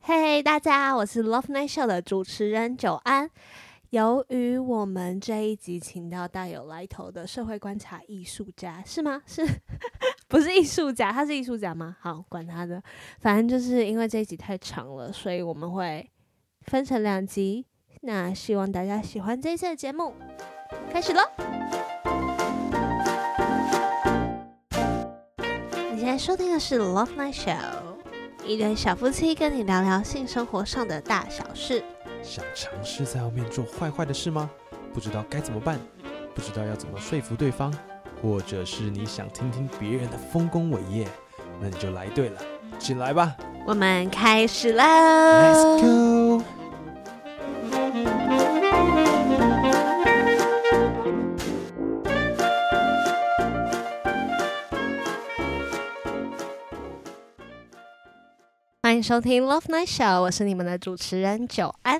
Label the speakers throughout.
Speaker 1: 嘿、大家，我是 Love Night Show 的主持人久安。由于我们这一集请到大有来头的社会观察艺术家，是吗？是， 不是艺术家？他是艺术家吗？好，管他的，反正就是因为这一集太长了，所以我们会分成两集。那希望大家喜欢这一次的节目，开始喽！你现在收听的是 Love Night Show。一对小夫妻跟你聊聊性生活上的大小事，
Speaker 2: 想尝试在后面做坏坏的事吗？不知道该怎么办，不知道要怎么说服对方，或者是你想听听别人的丰功伟业，那你就来对了，进来吧
Speaker 1: 我们开始喽
Speaker 2: ，Let's go。
Speaker 1: 欢迎收听 Love Night Show，我是你们的主持人久安。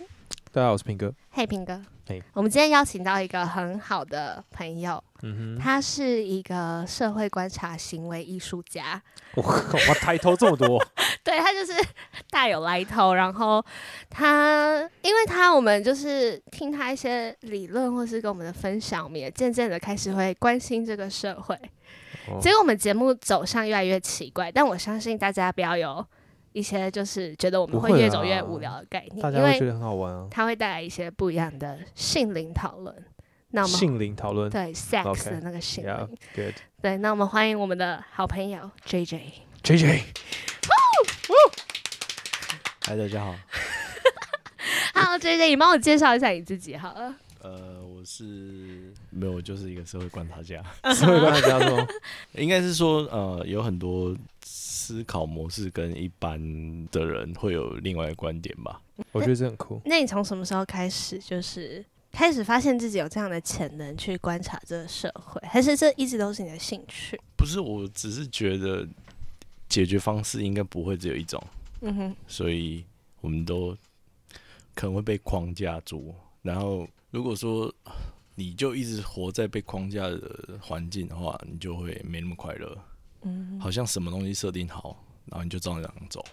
Speaker 2: 大家好，我是平哥。
Speaker 1: 嘿、平哥，
Speaker 2: 嘿
Speaker 1: 我们今天邀请到一个很好的朋友，
Speaker 2: 嗯哼，
Speaker 1: 他是一个社会观察行为艺术家，
Speaker 2: 我靠，我抬头这 么多，
Speaker 1: 对他就是大有来头。然后他，因为他我们就是听他一些理论或是跟我们的分享，我们也渐渐的开始会关心这个社会。
Speaker 2: 哦
Speaker 1: 结果我们节目走向越来越奇怪，但我相信大家不要有一些就是觉得我们
Speaker 2: 不
Speaker 1: 会
Speaker 2: 会啊
Speaker 1: 越走越无聊的概念，
Speaker 2: 大家
Speaker 1: 因
Speaker 2: 会觉
Speaker 1: 为
Speaker 2: 得很好玩啊。
Speaker 1: 它会带来一些不一样的性灵讨论。那我们
Speaker 2: 性灵讨论
Speaker 1: 对 sex
Speaker 2: OK，
Speaker 1: 的那个性灵
Speaker 2: ，Yeah，Good，JJ，
Speaker 1: 对，那我们欢迎我们的好朋友 J J。
Speaker 2: 嗨，大家 好。
Speaker 1: Hello J J，你帮我介绍一下你自己好了。
Speaker 3: 呃，我是没有，我就是一个社会观察家，
Speaker 1: 嗯
Speaker 2: 社会观察家是吗？
Speaker 3: 应该是说，呃，有很多思考模式跟一般的人会有另外一个观点吧。
Speaker 2: 我觉得这很酷。
Speaker 1: 那你从什么时候开始就是开始发现自己有这样的潜能去观察这个社会，还是这一直都是你的兴趣？
Speaker 3: 不是，我只是觉得解决方式应该不会只有一种，
Speaker 1: 嗯哼，
Speaker 3: 所以我们都可能会被框架住。然后，如果说你就一直活在被框架的环境的话，你就会没那么快乐。
Speaker 1: 嗯，
Speaker 3: 好像什么东西设定好，然后你就照样走。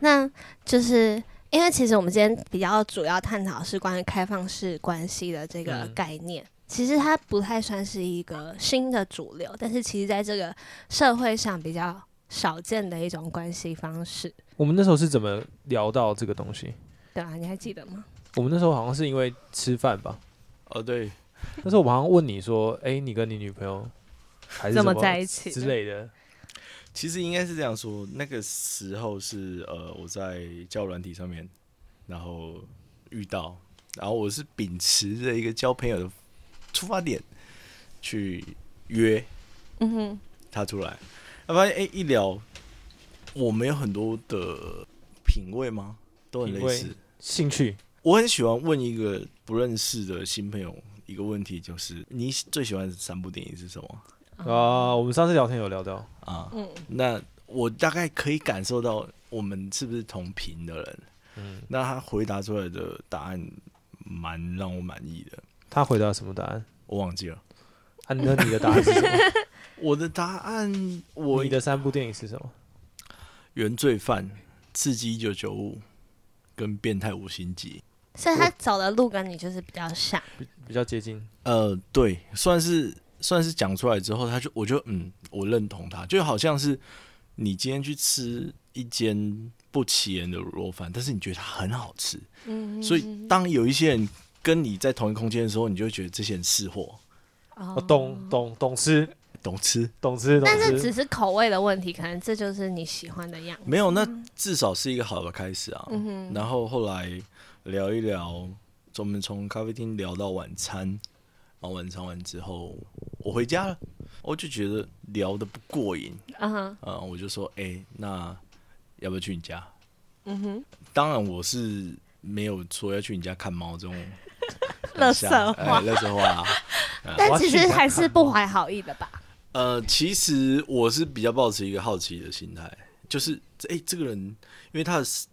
Speaker 1: 那就是因为其实我们今天比较主要探讨是关于开放式关系的这个
Speaker 2: 嗯
Speaker 1: 概念。其实它不太算是一个新的主流，但是其实在这个社会上比较少见的一种关系方式，
Speaker 2: 我们那时候是怎么聊到这个东西？
Speaker 1: 对啊，你还记得吗？
Speaker 2: 我们那时候好像是因为吃饭吧，
Speaker 3: 哦，对，
Speaker 2: 那时候我好像问你说，哎、你跟你女朋友还是
Speaker 1: 怎
Speaker 2: 么
Speaker 1: 么在一起
Speaker 2: 之类的？
Speaker 3: 其实应该是这样说，那个时候是呃，我在交友软体上面，然后遇到，然后我是秉持着一个交朋友的出发点去约
Speaker 1: 嗯哼，
Speaker 3: 他出来，啊发现哎一聊，我们有很多的品味吗？都很类
Speaker 2: 品
Speaker 3: 似
Speaker 2: 味。兴趣
Speaker 3: 我很喜欢问一个不认识的新朋友一个问题，就是你最喜欢的三部电影是什么
Speaker 1: 哦
Speaker 2: 啊、我们上次聊天有聊到，
Speaker 3: 啊？
Speaker 1: 嗯，
Speaker 3: 那我大概可以感受到我们是不是同频的人。
Speaker 2: 嗯，
Speaker 3: 那他回答出来的答案蛮让我满意的，
Speaker 2: 他回答什么答案？
Speaker 3: 我忘记了。
Speaker 2: 啊，那你的答案是 什么？
Speaker 3: 我的答案，我
Speaker 2: 你的三部电影是什么？
Speaker 3: 原罪犯、刺激一九九五跟变态五星级，
Speaker 1: 所以他走的路跟你就是比较像。
Speaker 2: 比较接近，
Speaker 3: 呃，对，算是算是讲出来之后，他就我就嗯，我认同他，就好像是你今天去吃一间不起眼的卤肉饭，但是你觉得它很好吃，
Speaker 1: 嗯，
Speaker 3: 所以当有一些人跟你在同一空间的时候，你就会觉得这些人是货，
Speaker 2: 哦、懂懂懂吃，
Speaker 3: 懂吃。
Speaker 2: 懂吃，懂
Speaker 1: 但是
Speaker 2: 吃
Speaker 1: 只。是口味的问题，可能这就是你喜欢的样子。
Speaker 3: 没有，那至少是一个好的开始啊。
Speaker 1: 嗯哼
Speaker 3: 然后后来聊一聊，我们从咖啡厅聊到晚餐，然后晚餐完之后，我回家了，我就觉得聊的不过瘾，
Speaker 1: 嗯哼，
Speaker 3: 啊，我就说，哎、那要不要去你家？
Speaker 1: 嗯哼，
Speaker 3: 当然我是没有说要去你家看猫 这种
Speaker 1: 垃
Speaker 3: 很
Speaker 1: 圾
Speaker 3: 像
Speaker 1: 话
Speaker 3: 哎，乐色话啊。
Speaker 1: 但其实还是
Speaker 2: 哦
Speaker 1: 不怀好意的吧。
Speaker 3: 呃，其实我是比较抱持一个好奇的心态，就是哎、这个人，因为他的 s-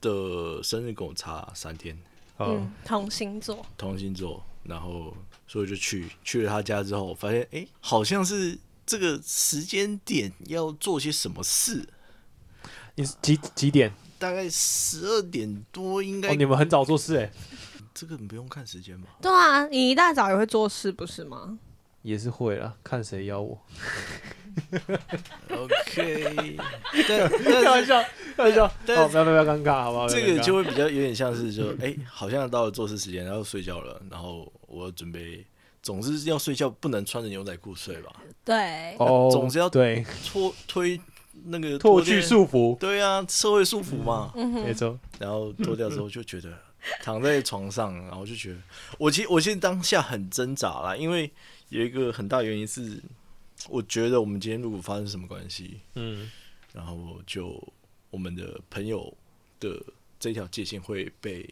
Speaker 3: 的生日跟我差三天，
Speaker 2: 嗯
Speaker 1: 嗯，同星座，
Speaker 3: 同星座，然后所以我就去去了他家之后，我发现哎、好像是这个时间点要做些什么事。
Speaker 2: 你是几几点？
Speaker 3: 大概十二点多应该、
Speaker 2: 哦，你们很早做事哎、
Speaker 3: 这个你不用看时间吧？
Speaker 1: 对啊，你一大早也会做事不是吗？
Speaker 2: 也是会啦，看谁邀我。
Speaker 3: OK，但
Speaker 2: 开
Speaker 3: 但
Speaker 2: 玩笑，开玩笑，
Speaker 3: 但
Speaker 2: 哦，不要不要不要尴尬，好不好？
Speaker 3: 这个就
Speaker 2: 会
Speaker 3: 会比较有点像是就哎、好像到了做事时间，然后睡觉了，然后我准备，总是要睡觉，不能穿着牛仔裤睡吧？
Speaker 1: 对，
Speaker 2: 哦，
Speaker 3: 总是要
Speaker 2: 对
Speaker 3: 脱推那个
Speaker 2: 脱
Speaker 3: 掉
Speaker 2: 去，束缚，
Speaker 3: 对啊，社会束缚嘛。
Speaker 1: 嗯
Speaker 2: 没
Speaker 1: 哼，
Speaker 2: 错，
Speaker 3: 然后脱掉之后就觉得躺在床上，然后就觉得我其实我其实当下很挣扎啦，因为有一个很大原因是，我觉得我们今天如果发生什么关系，
Speaker 2: 嗯，
Speaker 3: 然后就我们的朋友的这条界限会被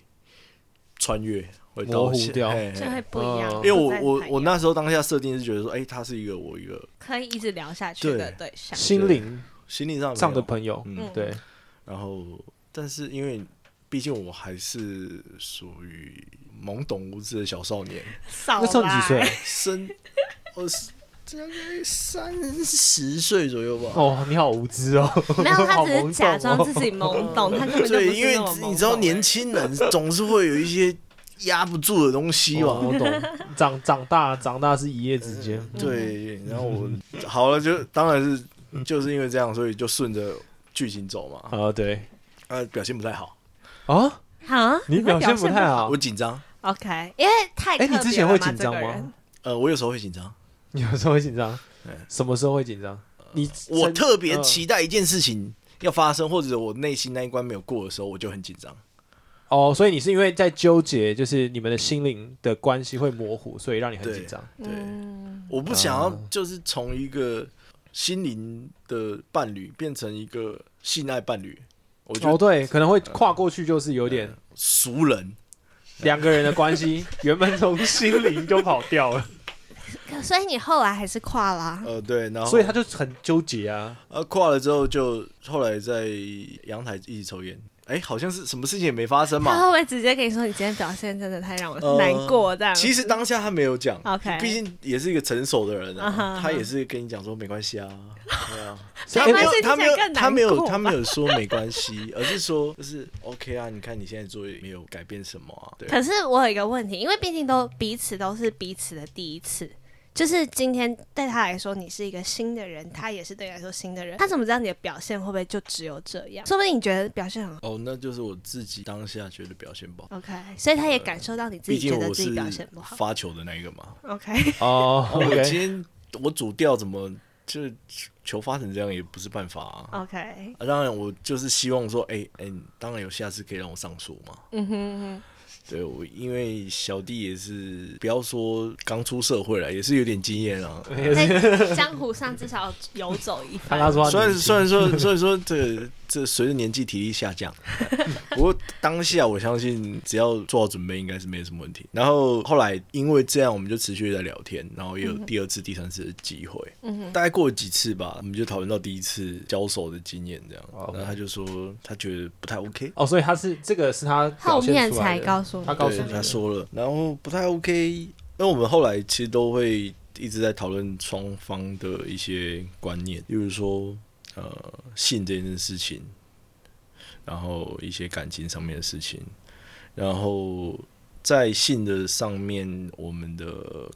Speaker 3: 穿越，会到
Speaker 2: 模糊
Speaker 3: 现
Speaker 2: 掉
Speaker 3: 嘿嘿
Speaker 1: 就会不一样。
Speaker 2: 嗯
Speaker 3: 因为
Speaker 1: 不
Speaker 3: 我
Speaker 1: 再是
Speaker 3: 我
Speaker 1: 朋友
Speaker 3: 我那时候当下设定是觉得说，哎、他是一个我一个
Speaker 1: 可以一直聊下去的对象，
Speaker 2: 心灵
Speaker 3: 心理上
Speaker 2: 上的
Speaker 3: 朋
Speaker 2: 朋友
Speaker 3: 友，，嗯
Speaker 1: 嗯
Speaker 2: 对，
Speaker 3: 然后，但是因为毕竟我还是属于懵懂无知的小少年，
Speaker 1: 少
Speaker 2: 那时候你几岁啊
Speaker 1: 来？？
Speaker 3: 生二十大概三十岁左右吧。
Speaker 2: 哦，你好无知哦，
Speaker 1: 没有，他
Speaker 2: 好
Speaker 1: 只是
Speaker 2: 懵
Speaker 1: 假
Speaker 2: 懂
Speaker 1: 装
Speaker 2: 哦
Speaker 1: 自己懵懂， 他根本就不
Speaker 3: 对，
Speaker 1: 是
Speaker 3: 因为
Speaker 1: 那么懵懂
Speaker 3: 你知 道年轻人总是会有一些压不住的东西
Speaker 2: 哦
Speaker 3: 嘛。
Speaker 2: 我懂，长 长大长大是一夜之间，
Speaker 3: 对，然后我好了，就当然是就是因为这样，所以就顺着剧情走嘛。
Speaker 2: 啊，对，
Speaker 3: 呃，表现不太好，
Speaker 2: 啊，
Speaker 1: 啊，
Speaker 2: 你
Speaker 1: 会
Speaker 2: 表现不太
Speaker 1: 好。
Speaker 2: 好
Speaker 3: 我，紧张。
Speaker 1: OK，因为太
Speaker 2: 哎，你
Speaker 1: 特
Speaker 2: 之
Speaker 1: 别
Speaker 2: 前
Speaker 1: 了
Speaker 2: 会
Speaker 1: 嘛
Speaker 2: 紧张？
Speaker 1: 这个
Speaker 2: 吗
Speaker 1: 人？
Speaker 3: 呃，我有时候会紧张，
Speaker 2: 你有时候会紧张
Speaker 3: 对，
Speaker 2: 什么时候会紧张？你
Speaker 3: 嗯呃我
Speaker 2: 曾
Speaker 3: 特别
Speaker 2: 嗯
Speaker 3: 期待一件事情要发生，或者我内心那一关没有过的时候，我就很紧张。
Speaker 2: 哦，所以你是因为在纠结，就是你们的心灵的关系会模糊，所以让你很紧张。
Speaker 3: 对，
Speaker 1: 嗯，
Speaker 3: 我不想要
Speaker 2: 啊
Speaker 3: 就是从一个心灵的伴侣变成一个性爱伴侣，我觉
Speaker 2: 哦，
Speaker 3: 得嗯
Speaker 2: 对，可能会跨过去，就是有点
Speaker 3: 熟人。
Speaker 2: 两个人的关系 原本从心灵就跑掉了，
Speaker 1: 可所以你后来还是跨啦。
Speaker 3: 呃，对，然后
Speaker 2: 所以他就很纠结啊。
Speaker 3: 呃跨了之后就，后来在阳台一起抽烟，哎，好像是什么事情也没发生
Speaker 1: 他
Speaker 3: 嘛。
Speaker 1: 会不会直接跟你说你今天表现真的太让
Speaker 3: 呃
Speaker 1: 我难过这样？
Speaker 3: 其实当下他没有讲
Speaker 1: OK
Speaker 3: 毕竟也是一个成熟的人
Speaker 1: 啊哈啊
Speaker 3: 啊，
Speaker 1: 哈
Speaker 3: 他也是跟你讲说没关系啊，对啊。
Speaker 1: 没
Speaker 2: 哎
Speaker 3: 他没
Speaker 1: 关
Speaker 3: 有
Speaker 1: 系，听
Speaker 3: 他没
Speaker 1: 起来
Speaker 3: 有，
Speaker 1: 更
Speaker 3: 他没
Speaker 1: 难
Speaker 3: 有，
Speaker 1: 过
Speaker 3: 他没
Speaker 1: 吧
Speaker 3: 有说没关系，而是说就是 OK 啊，你看你现在做也没有改变什么啊，对，
Speaker 1: 可是我有一个问题，因为毕竟都彼此都是彼此的第一次，就是今天对他来说你是一个新的人，他也是对你来说新的人，他怎么知道你的表现会不会就只有这样？说不定你觉得表现很
Speaker 3: 哦，那就是我自己当下觉得表现不好，
Speaker 1: OK，所以他也感受到你自
Speaker 3: 毕
Speaker 1: 己觉
Speaker 3: 竟
Speaker 1: 得
Speaker 3: 我
Speaker 1: 自己
Speaker 3: 是
Speaker 1: 表现不好。
Speaker 3: 发球的那一个嘛。
Speaker 1: OK，
Speaker 2: 哦
Speaker 3: 我今天我主调怎么就是球发成这样也不是办法
Speaker 1: 哦
Speaker 3: 啊。
Speaker 1: OK，
Speaker 3: 啊当然，我就是希望说，哎、哎、当然有下次可以让我上诉嘛。
Speaker 1: 嗯哼嗯哼。
Speaker 3: 对我，因为小弟也是，不要说刚出社会了，也是有点经验啊。
Speaker 1: 在江湖上至少游走一
Speaker 2: 看
Speaker 1: 番。
Speaker 2: 他说他
Speaker 3: 虽然
Speaker 2: 年轻
Speaker 3: 虽然说 虽然说这个这随着年纪体力下降，不过当下我相信只要做好准备应该是没有什么问题。然后后来因为这样，我们就持续在聊天，然后也有第二次、第三次的机会。
Speaker 1: 嗯哼，
Speaker 3: 大概过了几次吧，我们就讨论到第一次交手的经验这样，
Speaker 2: 哦
Speaker 3: 然后他就说他觉得不太 OK，
Speaker 2: 哦，所以他是这个是他表
Speaker 1: 后
Speaker 2: 现
Speaker 1: 面
Speaker 2: 出来
Speaker 1: 才
Speaker 2: 的
Speaker 1: 告诉你
Speaker 2: 他。告诉
Speaker 3: 对
Speaker 2: 你
Speaker 3: 他说了，然后不太 OK，因为我们后来其实都会一直在讨论双方的一些观念，例如说呃性这件事情，然后一些感情上面的事情，然后在性的上面，我们的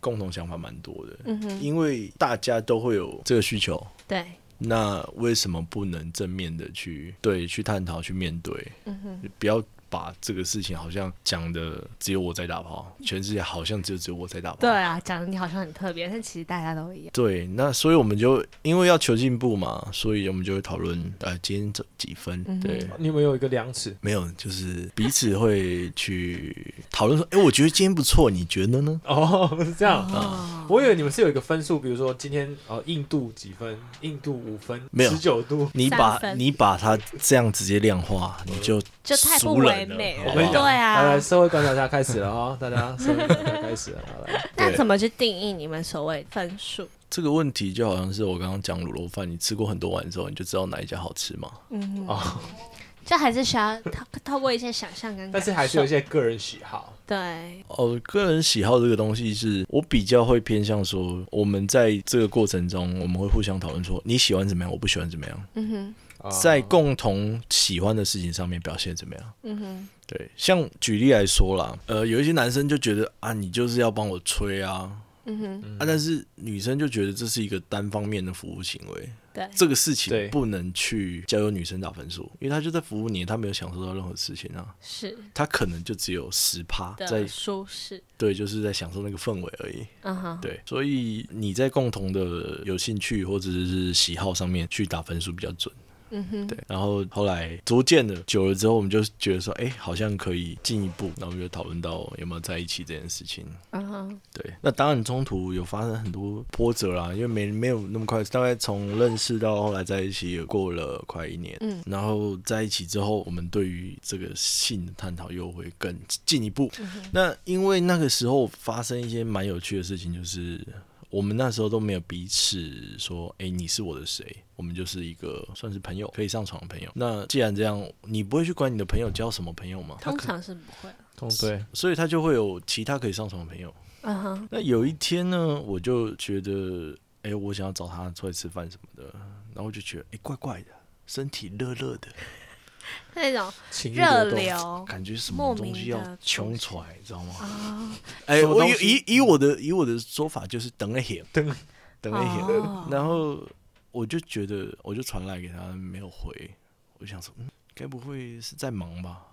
Speaker 3: 共同想法蛮多的，
Speaker 1: 嗯哼，
Speaker 3: 因为大家都会有这个需求，
Speaker 1: 对，
Speaker 3: 那为什么不能正面的去对去探讨去面对？
Speaker 1: 嗯哼，
Speaker 3: 不要把这个事情好像讲的只有我在打炮，全世界好像只有只有我在打炮。
Speaker 1: 对啊，讲的你好像很特别，但其实大家都一样。
Speaker 3: 对那所以我们就因为要求进步嘛，所以我们就会讨论呃今天这几分、
Speaker 1: 嗯哼
Speaker 3: 对。
Speaker 2: 你有没有一个量尺？
Speaker 3: 没有，就是彼此会去讨论说，哎、我觉得今天不错，你觉得呢？
Speaker 2: 哦， 是这样。
Speaker 1: 哦，
Speaker 2: 我以为你们是有一个分数，比如说今天呃硬度几分，硬度五分，
Speaker 3: 没有哦
Speaker 2: 十九度，
Speaker 3: 你
Speaker 1: 三
Speaker 3: 把
Speaker 1: 分
Speaker 3: 你把它这样直接量化，你就
Speaker 1: 就太不
Speaker 3: 熟人
Speaker 1: 唯美
Speaker 3: 了
Speaker 1: 了
Speaker 3: 好
Speaker 2: 我跟
Speaker 3: 不好
Speaker 2: 你
Speaker 1: 对
Speaker 2: 讲，
Speaker 1: 啊
Speaker 2: 好来社会观察家开始了啊，大家社会观察家开始 了，好来，
Speaker 1: 那
Speaker 3: 对
Speaker 1: 怎么去定义你们所谓分数？
Speaker 3: 这个问题就好像是我刚刚讲卤肉饭，你吃过很多碗之后，你就知道哪一家好吃嘛。
Speaker 1: 嗯哼，
Speaker 2: 哦，
Speaker 1: 这还是需要透透过一些想象跟感受，
Speaker 2: 但是还是有一些个人喜好，
Speaker 1: 对，
Speaker 3: 哦，个人喜好这个东西是我比较会偏向说，我们在这个过程中，我们会互相讨论说你喜欢怎么样，我不喜欢怎么样。
Speaker 1: 嗯哼，
Speaker 2: 啊
Speaker 3: 在共同喜欢的事情上面表现怎么样？
Speaker 1: 嗯哼，
Speaker 3: 对，像举例来说啦，呃，有一些男生就觉得啊，你就是要帮我吹啊，
Speaker 1: 嗯哼，
Speaker 3: 啊，但是女生就觉得这是一个单方面的服务行为，
Speaker 1: 对，
Speaker 3: 这个事情
Speaker 2: 对
Speaker 3: 不能去交由女生打分数，因为她就在服务你，她没有享受到任何事情啊，
Speaker 1: 是
Speaker 3: 她可能就只有十趴在
Speaker 1: 的舒适，
Speaker 3: 对，就是在享受那个氛围而已。
Speaker 1: 嗯哼，
Speaker 3: 对，所以你在共同的有兴趣或者是喜好上面去打分数比较准。
Speaker 1: 嗯哼，
Speaker 3: 对，然后后来逐渐的久了之后，我们就觉得说，哎，好像可以进一步，然后我们就讨论到有没有在一起这件事情。
Speaker 1: 嗯哼，
Speaker 3: 对，那当然中途有发生很多波折啦，因为没没有那么快，大概从认识到后来在一起也过了快一年。
Speaker 1: 嗯
Speaker 3: 然后在一起之后，我们对于这个性的探讨又会更进一步。那因为那个时候发生一些蛮有趣的事情，就是我们那时候都没有彼此说，哎、你是我的谁，我们就是一个算是朋友，可以上床的朋友。那既然这样，你不会去管你的朋友交什么朋友吗？
Speaker 1: 通常是不会，
Speaker 2: 哦对，
Speaker 3: 所以他就会有其他可以上床的朋友。
Speaker 1: 嗯哼，
Speaker 3: 那有一天呢，我就觉得，哎、我想要找他出来吃饭什么的，然后我就觉得，哎、怪怪的，身体热热的，
Speaker 1: 那种
Speaker 2: 情欲
Speaker 1: 热
Speaker 2: 流动
Speaker 1: 流
Speaker 3: 感觉什
Speaker 1: 哦莫
Speaker 3: 么
Speaker 1: 名
Speaker 3: 东西要
Speaker 1: 的
Speaker 3: 穷
Speaker 1: 出
Speaker 3: 出来，你知道吗？
Speaker 1: 啊，
Speaker 3: 哎、
Speaker 2: 什么
Speaker 3: 我以
Speaker 2: 东西
Speaker 3: 以以我的以我的说法就是等了险，
Speaker 2: 等
Speaker 3: 等了险，
Speaker 1: 哦
Speaker 3: 然后我就觉得，我就传来给他，没有回，我就想说，嗯，该不会是在忙吧？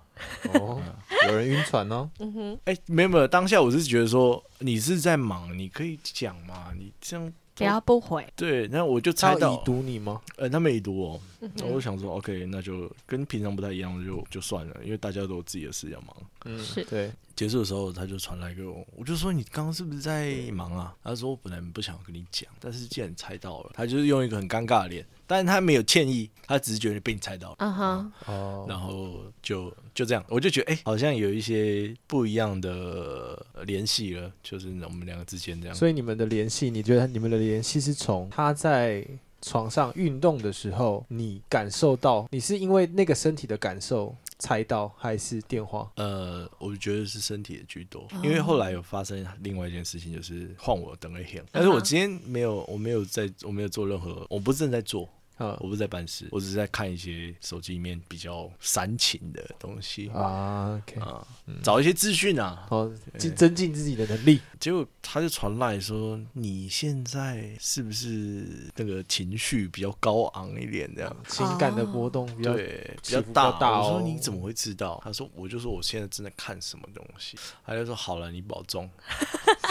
Speaker 2: 哦，有人晕船哦，
Speaker 1: 嗯哼，
Speaker 3: 哎、没有没有，当下我是觉得说你是在忙，你可以讲嘛，你这样
Speaker 1: 不要不回，
Speaker 3: 对，那我就猜
Speaker 2: 他
Speaker 3: 到
Speaker 2: 已读你吗？
Speaker 3: 呃，他没读哦，
Speaker 1: 嗯
Speaker 3: 然后我想说，OK，那就跟平常不太一样，就就算了，因为大家都有自己的事要忙。
Speaker 2: 嗯，
Speaker 1: 是
Speaker 2: 对，
Speaker 3: 结束的时候，他就传来给我，我就说你刚刚是不是在忙啊？他说我本来不想跟你讲，但是既然你猜到了，他就是用一个很尴尬的脸，但是他没有歉意，他只是觉得被你猜到了，
Speaker 1: 嗯哼，
Speaker 2: 哦，
Speaker 3: 然后就就这样，我就觉得哎、好像有一些不一样的呃联系了，就是我们两个之间这样。
Speaker 2: 所以你们的联系，你觉得你们的联系是从他在床上运动的时候，你感受到，你是因为那个身体的感受猜到，还是电话？
Speaker 3: 呃，我觉得是身体的居多，
Speaker 2: 哦
Speaker 3: 因为后来有发生另外一件事情，就是换我等了一天，但是我今天没有，我没有在，我没有做任何，我不是正在做，
Speaker 2: 啊
Speaker 3: 我不是在办事，我只是在看一些手机里面比较煽情的东西啊、嗯
Speaker 2: 啊，OK，
Speaker 3: 找一些资讯啊。
Speaker 2: 好，增增进自己的能力。
Speaker 3: 结果他就传来说，你现在是不是那个情绪比较高昂一点这样？
Speaker 2: 情感的波动 比较
Speaker 3: 哦对，比
Speaker 2: 起
Speaker 3: 较
Speaker 2: 伏比
Speaker 3: 大。
Speaker 2: 较大
Speaker 3: 我
Speaker 2: 哦
Speaker 3: 说你怎么会知道？他说我就说我现在正在看什么东西。他就说好了，你保重。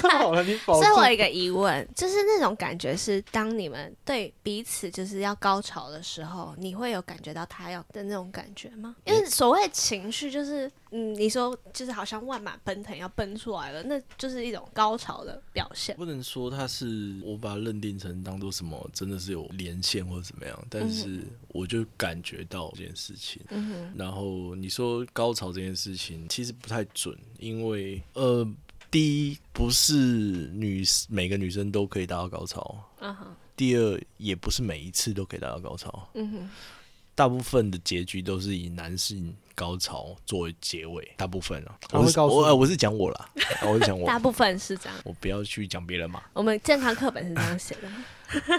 Speaker 2: 好了，你保
Speaker 1: 所以我有
Speaker 2: 证
Speaker 1: 一个疑问，就是那种感觉是，当你们对彼此就是要高潮的时候，你会有感觉到他要的那种感觉吗？因为所谓情绪，就是嗯，你说就是好像万马奔腾要奔出来了，那就是一种高潮的表现。
Speaker 3: 不能说他是我把它认定成当做什么，真的是有连线或者怎么样，但是我就感觉到这件事情。
Speaker 1: 嗯哼，
Speaker 3: 然后你说高潮这件事情其实不太准，因为呃，第一不是女每个女生都可以达到高潮，
Speaker 1: 嗯哼，
Speaker 3: 第二也不是每一次都可以达到高潮，
Speaker 1: 嗯哼，
Speaker 3: 大部分的结局都是以男性高潮作为结尾，大部分啊。
Speaker 2: 他
Speaker 3: 我
Speaker 2: 会
Speaker 3: 是
Speaker 2: 告诉
Speaker 3: 我呃
Speaker 2: 你
Speaker 3: 我是讲我 啦，我是讲
Speaker 1: 大
Speaker 3: 我，
Speaker 1: 部分是这样。
Speaker 3: 我不要去讲别人嘛。
Speaker 1: 我们健康课本是这样写的。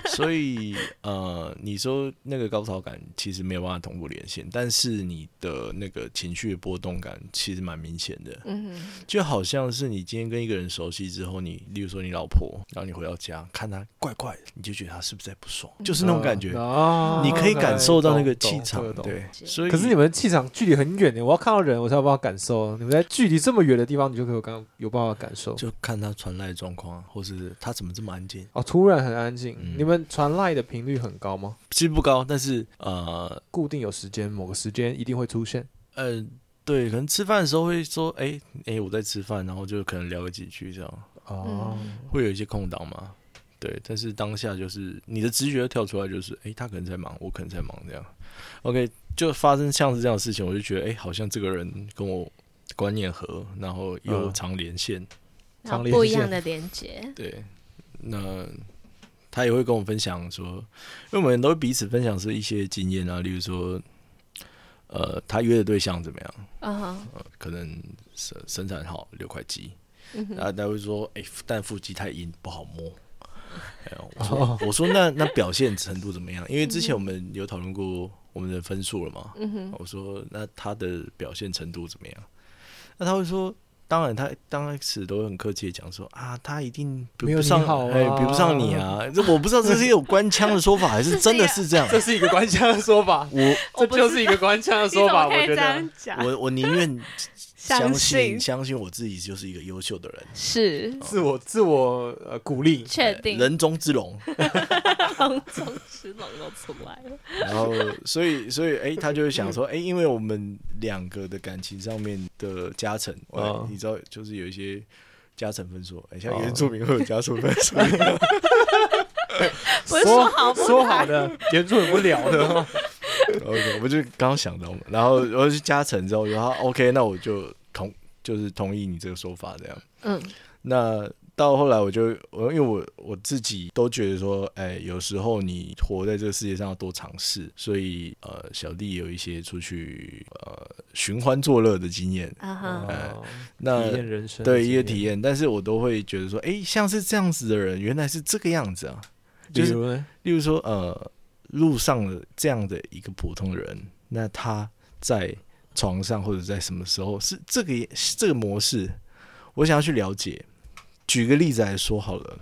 Speaker 3: 所以呃，你说那个高潮感其实没有办法同步连线，但是你的那个情绪的波动感其实蛮明显的，
Speaker 1: 嗯哼，
Speaker 3: 就好像是你今天跟一个人熟悉之后，你例如说你老婆，然后你回到家看她怪怪的，你就觉得她是不是在不爽，就是那种感觉。
Speaker 2: 啊
Speaker 3: 你可以感受到那个
Speaker 2: 懂
Speaker 3: 气
Speaker 2: 懂
Speaker 3: 场，
Speaker 2: 哦懂
Speaker 3: 对，所以
Speaker 2: 可是你们气场距离很远呢，欸我要看到人，我才有办法感受。你们在距离这么远的地方，你就可以刚有办法感受。
Speaker 3: 就看他传来的状况，啊或是他怎么这么安静。
Speaker 2: 哦，突然很安静。
Speaker 3: 嗯
Speaker 2: 你们传赖的频率很高吗？
Speaker 3: 其实不高，但是呃
Speaker 2: 固定有时间，某个时间一定会出现。
Speaker 3: 呃，对，可能吃饭的时候会说，哎、哎、我在吃饭，然后就可能聊个几句这样，
Speaker 2: 哦，
Speaker 1: 嗯
Speaker 3: 会有一些空档嘛。对，但是当下就是你的直觉跳出来，就是哎、他可能在忙，我可能在忙这样。OK，就发生像是这样的事情，我就觉得哎、好像这个人跟我观念合，然后又
Speaker 2: 嗯
Speaker 3: 常连线，
Speaker 1: 然后
Speaker 2: 常连
Speaker 1: 不一
Speaker 2: 线
Speaker 1: 样的连接。
Speaker 3: 对，那他也会跟我分享说，因为我们都会彼此分享是一些经验啊，例如说，呃，他约的对象怎么样，
Speaker 1: 嗯哼，
Speaker 3: 呃、可能生生产好六块肌，
Speaker 1: 嗯哼，
Speaker 3: 啊，他会说，哎、但腹肌太硬不好摸，哎呦我说我说那那表现程度怎么样？因为之前我们有讨论过我们的分数了嘛。
Speaker 1: 嗯哼，
Speaker 3: 我说那他的表现程度怎么样？那他会说，当然他刚开始都会很客气的讲说啊，他一定比
Speaker 2: 没有
Speaker 3: 不
Speaker 2: 你
Speaker 3: 上，
Speaker 2: 好啊
Speaker 3: 哎，比不上你啊。这我不知道这是一种官腔的说法，还是 真的是这样。
Speaker 2: 这是一个官腔的说法，
Speaker 3: 我
Speaker 1: 我
Speaker 2: 这
Speaker 1: 不
Speaker 2: 就是一个官腔的说法，
Speaker 1: 你怎么
Speaker 2: 我
Speaker 1: 可以
Speaker 2: 觉
Speaker 1: 这
Speaker 2: 得
Speaker 1: 样讲
Speaker 3: 我我宁愿
Speaker 1: 相
Speaker 3: 相
Speaker 1: 信
Speaker 3: 信相信我自己就是一个优秀的人，
Speaker 1: 是
Speaker 2: 自我自我呃鼓励，
Speaker 1: 确定，
Speaker 3: 人中之龙。
Speaker 1: 空中之龙都出来了，
Speaker 3: 然后，所以，所以，哎、他就会想说，哎、因为我们两个的感情上面的加成，
Speaker 2: 嗯
Speaker 3: 你知道，就是有一些加成分数，哎、像
Speaker 2: 哦
Speaker 3: 原住民会有加成分数，
Speaker 1: 不是说
Speaker 2: 说
Speaker 1: 好不
Speaker 2: 说好的，原著也不聊 的吗，
Speaker 3: OK，我们就刚刚想到嘛，然后我就去加成之后，然后 OK，那我就同就是同意你这个说法这样。
Speaker 1: 嗯，
Speaker 3: 那到后来我就我因为我我自己都觉得说，哎、有时候你活在这个世界上要多尝试，所以呃，小弟有一些出去呃寻欢作乐的经验，
Speaker 1: 啊 哈，
Speaker 2: 哦
Speaker 3: 那
Speaker 2: 体验人生的
Speaker 3: 对
Speaker 2: 经
Speaker 3: 一些
Speaker 2: 验
Speaker 3: 体，验，但是我都会觉得说，哎、像是这样子的人，原来是这个样子啊。
Speaker 2: 比
Speaker 3: 就是
Speaker 2: 如呢
Speaker 3: 例如说，呃，路上的这样的一个普通人，那他在床上或者在什么时候是这个是这个模式，我想要去了解。举个例子来说好了，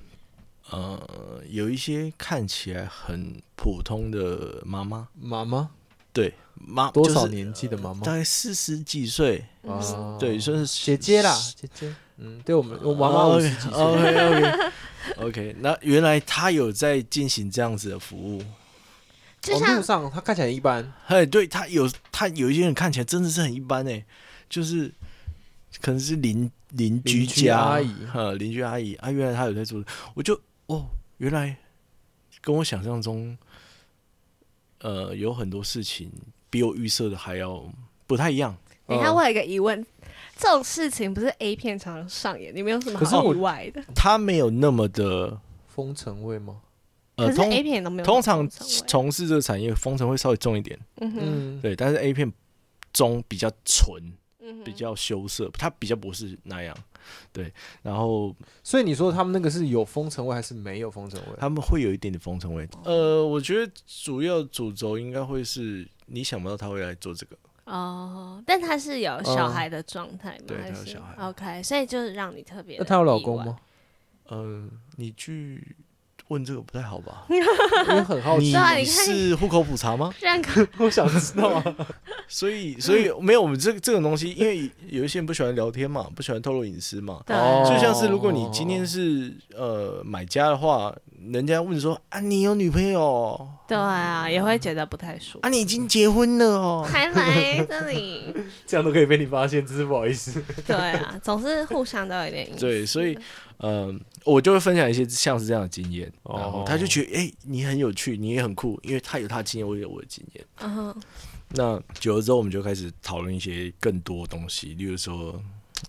Speaker 3: 呃，有一些看起来很普通的妈妈，
Speaker 2: 妈妈
Speaker 3: 对妈
Speaker 2: 多少？
Speaker 3: 就是
Speaker 2: 年纪的妈妈
Speaker 3: 大概四十几岁，
Speaker 1: 嗯
Speaker 2: 啊
Speaker 3: 对，算是
Speaker 2: 姐姐啦，姐姐，嗯，对我们我妈妈五十几岁，
Speaker 3: OK OK OK，那原来他有在进行这样子的服务。
Speaker 1: 就
Speaker 2: 哦
Speaker 1: 像
Speaker 2: 路上她看起来很一般，
Speaker 3: 哎，对他有他有一些人看起来真的是很一般哎、就是可能是邻邻居
Speaker 2: 邻居
Speaker 3: 家
Speaker 2: 阿姨
Speaker 3: 呃，邻居阿姨啊，原来他有在做，我就哦，原来跟我想象中，呃，有很多事情比我预设的还要不太一样。
Speaker 1: 等一下，
Speaker 2: 嗯
Speaker 1: 我有一个疑问，这种事情不是 A 片常常上演，你们有什么
Speaker 2: 可是
Speaker 1: 好
Speaker 2: 我
Speaker 1: 意外的？
Speaker 3: 他没有那么的
Speaker 2: 风尘味吗？
Speaker 3: 呃，
Speaker 1: 是 A
Speaker 3: 通
Speaker 1: 片都没有欸
Speaker 3: 通
Speaker 1: 那
Speaker 3: 常
Speaker 1: 种称谓
Speaker 3: 从事这个产业风尘会稍微重一点，
Speaker 1: 嗯哼
Speaker 2: 嗯，
Speaker 3: 对，但是 A 片中比较纯，
Speaker 1: 嗯哼
Speaker 3: 比较羞涩，它比较不是那样。对，然后
Speaker 2: 所以你说他们那个是有风尘味还是没有风尘味？
Speaker 3: 他们会有一点点风尘味。呃，我觉得主要主轴应该会是你想不到他会来做这个，
Speaker 1: 哦，但他是有小孩的状态吗？
Speaker 3: 对
Speaker 1: 还
Speaker 3: 他有
Speaker 1: 是
Speaker 3: 小孩
Speaker 1: OK，所以就是让你特别。
Speaker 2: 那她有老公？吗？
Speaker 3: 嗯、你去问这个不太好吧？
Speaker 2: 我很好奇
Speaker 3: 你
Speaker 1: 对，啊你看
Speaker 3: 是户口普查吗？
Speaker 1: 让个
Speaker 2: 我想知道啊。
Speaker 3: 所以，所以没有我们这这种东西，因为有一些人不喜欢聊天嘛，不喜欢透露隐私嘛。
Speaker 1: 对
Speaker 2: 哦
Speaker 3: 就像是如果你今天是呃买家的话，人家问说啊你有女朋友哦
Speaker 1: 对啊，也会觉得不太舒服
Speaker 3: 啊。你已经结婚了哦，
Speaker 1: 还来这 里，
Speaker 2: 这样都可以被你发现，真是不好意思。
Speaker 1: 对啊，总是互相都有一点影响。
Speaker 3: 对，所以，嗯、我就会分享一些像是这样的经验，
Speaker 2: 哦
Speaker 3: 然后他就觉得，哎、你很有趣，你也很酷，因为他有他的经验，我也有我的经验。
Speaker 1: 嗯哼，
Speaker 3: 那久了之后，我们就开始讨论一些更多东西，例如说，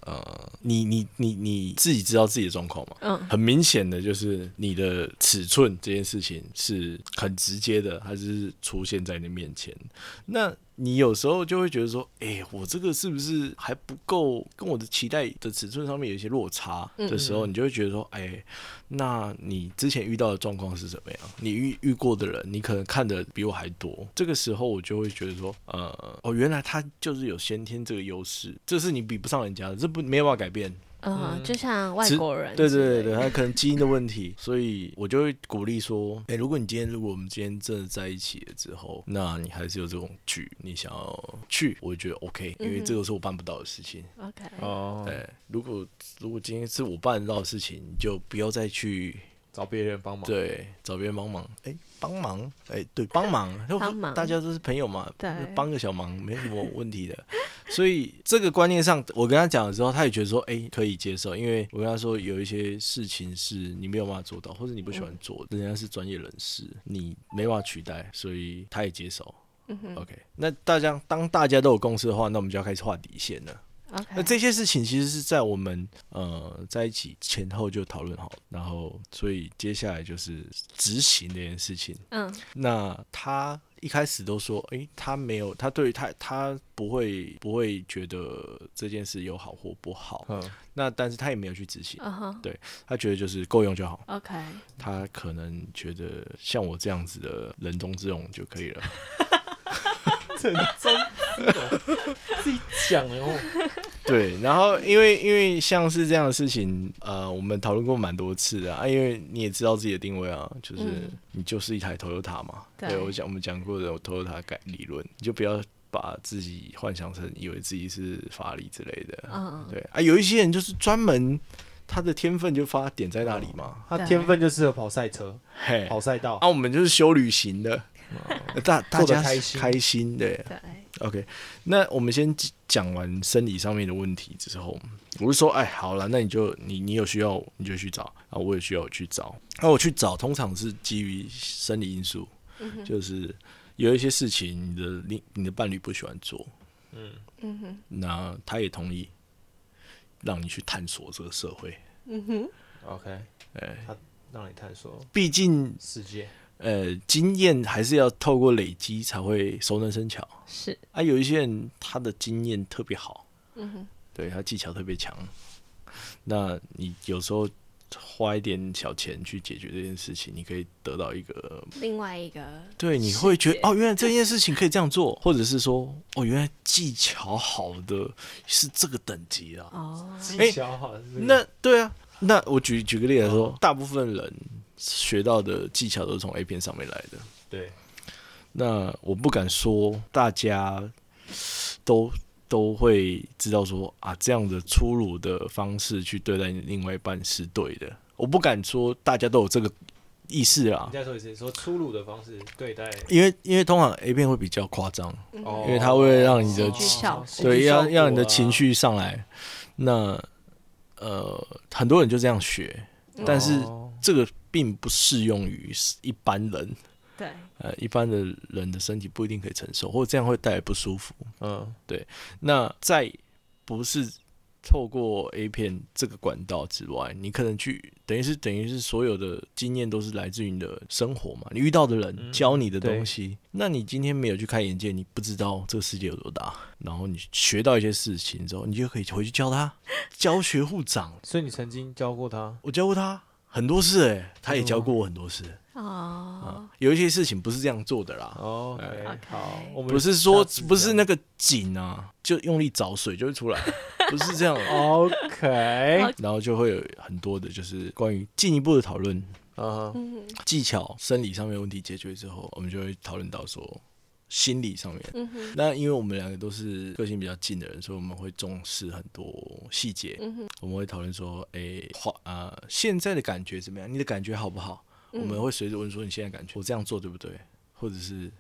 Speaker 3: 呃，你你你你自己知道自己的状况吗？
Speaker 1: 嗯，
Speaker 3: 很明显的就是你的尺寸这件事情是很直接的，它就是出现在你面前。那你有时候就会觉得说，哎、我这个是不是还不够，跟我的期待的尺寸上面有一些落差的时候，你就会觉得说，哎、那你之前遇到的状况是怎么样？你遇遇过的人，你可能看的比我还多。这个时候我就会觉得说，呃，哦，原来他就是有先天这个优势，这是你比不上人家的，这不没有办法改变。
Speaker 1: 嗯哼，就像外
Speaker 3: 只
Speaker 1: 国人之
Speaker 3: 对
Speaker 1: 类的，
Speaker 3: 对对对，他可能基因的问题，所以我就会鼓励说，哎、如果你今天如果我们今天真的在一起了之后，那你还是有这种剧，你想要去，我觉得 OK，因
Speaker 1: 嗯
Speaker 3: 为这个是我办不到的事情。
Speaker 1: OK，
Speaker 2: 哦
Speaker 3: 哎、，如果如果今天是我办得到的事情，你就不要再去
Speaker 2: 找别人帮忙。
Speaker 3: 对找别人帮忙，哎、帮忙，哎、对，帮忙，
Speaker 1: 帮忙
Speaker 3: 大家都是朋友嘛，
Speaker 1: 对
Speaker 3: 帮个小忙没什么问 题的。所以这个观念上，我跟他讲的时候，他也觉得说，哎、可以接受，因为我跟他说有一些事情是你没有办法做到，或者你不喜欢做，人家是专业人士，你没办法取代，所以他也接受。
Speaker 1: 嗯哼
Speaker 3: OK，那大家当大家都有共识的话，那我们就要开始画底线了。那
Speaker 1: ，OK，
Speaker 3: 这些事情其实是在我们呃在一起前后就讨论好，然后所以接下来就是执行这件事情。
Speaker 1: 嗯
Speaker 3: 那他一一开始都说，诶，他没有，他对于他他不会不会觉得这件事有好或不好，
Speaker 2: 嗯，
Speaker 3: 那但是他也没有去执行，
Speaker 1: 嗯哼
Speaker 3: 他觉得就是够用就好。
Speaker 1: ，OK，
Speaker 3: 他可能觉得像我这样子的人中之龙就可以了。
Speaker 2: 真真自己讲的哦，
Speaker 3: 对，然后因为因为像是这样的事情，呃，我们讨论过蛮多次的啊，因为你也知道自己的定位啊，就是、
Speaker 1: 嗯
Speaker 3: 你就是一台 Toyota 嘛。
Speaker 1: 对
Speaker 3: 我讲我们讲过的 Toyota 改理论，你就不要把自己幻想成以为自己是法拉利之类的。
Speaker 1: 嗯，
Speaker 3: 对啊，有一些人就是专门他的天分就发点在那里
Speaker 1: 哦
Speaker 3: 嘛，
Speaker 2: 他天分就适合跑赛车、
Speaker 3: 嘿。
Speaker 2: 跑赛道。
Speaker 3: 啊，我们就是修旅行 的，呃大大
Speaker 2: 做得
Speaker 3: 家
Speaker 2: 开
Speaker 3: 是
Speaker 2: 心
Speaker 3: 开心对，
Speaker 1: 对，
Speaker 3: OK，那我们先讲讲完生理上面的问题之后，我就说，哎，好了，那你就你你有需要你就去找啊，我有需要我去找。那、我去找，通常是基于生理因素，
Speaker 1: 嗯
Speaker 3: 就是有一些事情你的另你的伴侣不喜欢做，
Speaker 1: 嗯哼，
Speaker 3: 那他也同意让你去探索这个社会。
Speaker 1: 嗯哼，
Speaker 2: OK，
Speaker 3: 哎
Speaker 2: 他让你探索
Speaker 3: 毕竟，
Speaker 2: 世界，
Speaker 3: 呃，经验还是要透过累积才会熟能生巧
Speaker 1: 是，
Speaker 3: 啊。有一些人他的经验特别好，
Speaker 1: 嗯哼，
Speaker 3: 对他技巧特别强。那你有时候花一点小钱去解决这件事情，你可以得到一个
Speaker 1: 另外一个，
Speaker 3: 对，你
Speaker 1: 世
Speaker 3: 会觉
Speaker 1: 界
Speaker 3: 得哦，原来这件事情可以这样做，或者是说哦，原来技巧好的是这个等级啊。
Speaker 1: 哦，
Speaker 2: 技巧好，是这个
Speaker 1: 嗯
Speaker 3: 那对啊，那我举举个例来说，大部分人学到的技巧都是从 A 片上面来的。
Speaker 2: 对
Speaker 3: 那我不敢说大家都都会知道说啊，这样的粗鲁的方式去对待你另外一半是对的。我不敢说大家都有这个意识啊
Speaker 2: 你，再说一次，说粗鲁的方式对待，
Speaker 3: 因为因为通常 A 片会比较夸张，
Speaker 2: 哦
Speaker 3: 因为它会让你的
Speaker 1: 戏剧效果啊
Speaker 3: 对，要让你的情，
Speaker 2: 戏剧
Speaker 3: 绪上来。那呃，很多人就这样学，
Speaker 2: 效果啊
Speaker 3: 但是
Speaker 2: 哦
Speaker 3: 这个并不适用于一般人，
Speaker 1: 对，
Speaker 3: 呃，一般的人的身体不一定可以承受，或者这样会带来不舒服。
Speaker 2: 嗯，
Speaker 3: 那在不是透过 A 片这个管道之外，你可能去等于是等于是所有的经验都是来自于你的生活嘛，你遇到的人
Speaker 2: 嗯
Speaker 3: 教你的
Speaker 2: 对
Speaker 3: 东西。那你今天没有去开眼界，你不知道这个世界有多大。然后你学到一些事情之后，你就可以回去 教他，教学互长。
Speaker 2: 所以你曾经教过他，
Speaker 3: 我教过他很多事、欸，他也教过我很多事。啊
Speaker 1: 哦，
Speaker 3: 有一些事情不是这样做的啦。
Speaker 2: 哦
Speaker 1: 哎
Speaker 2: ，OK，好，我们
Speaker 3: 不是说
Speaker 2: 下次
Speaker 3: 不是
Speaker 2: 讲
Speaker 3: 那个井啊，就用力找水就会出来，不是这样。
Speaker 2: OK，
Speaker 3: 然后就会有很多的，就是关于进一步的讨论，
Speaker 2: 嗯，
Speaker 1: 嗯
Speaker 3: 技巧、生理上面的问题解决之后，我们就会讨论到说心理上面。
Speaker 1: 嗯哼，
Speaker 3: 那因为我们两个都是个性比较近的人，所以我们会重视很多细节。
Speaker 1: 嗯哼，
Speaker 3: 我们会讨论说，诶，话啊、现在的感觉怎么样？你的感觉好不好？我
Speaker 1: 嗯
Speaker 3: 们会随着问说你现在感觉，我这样做对不对？或者是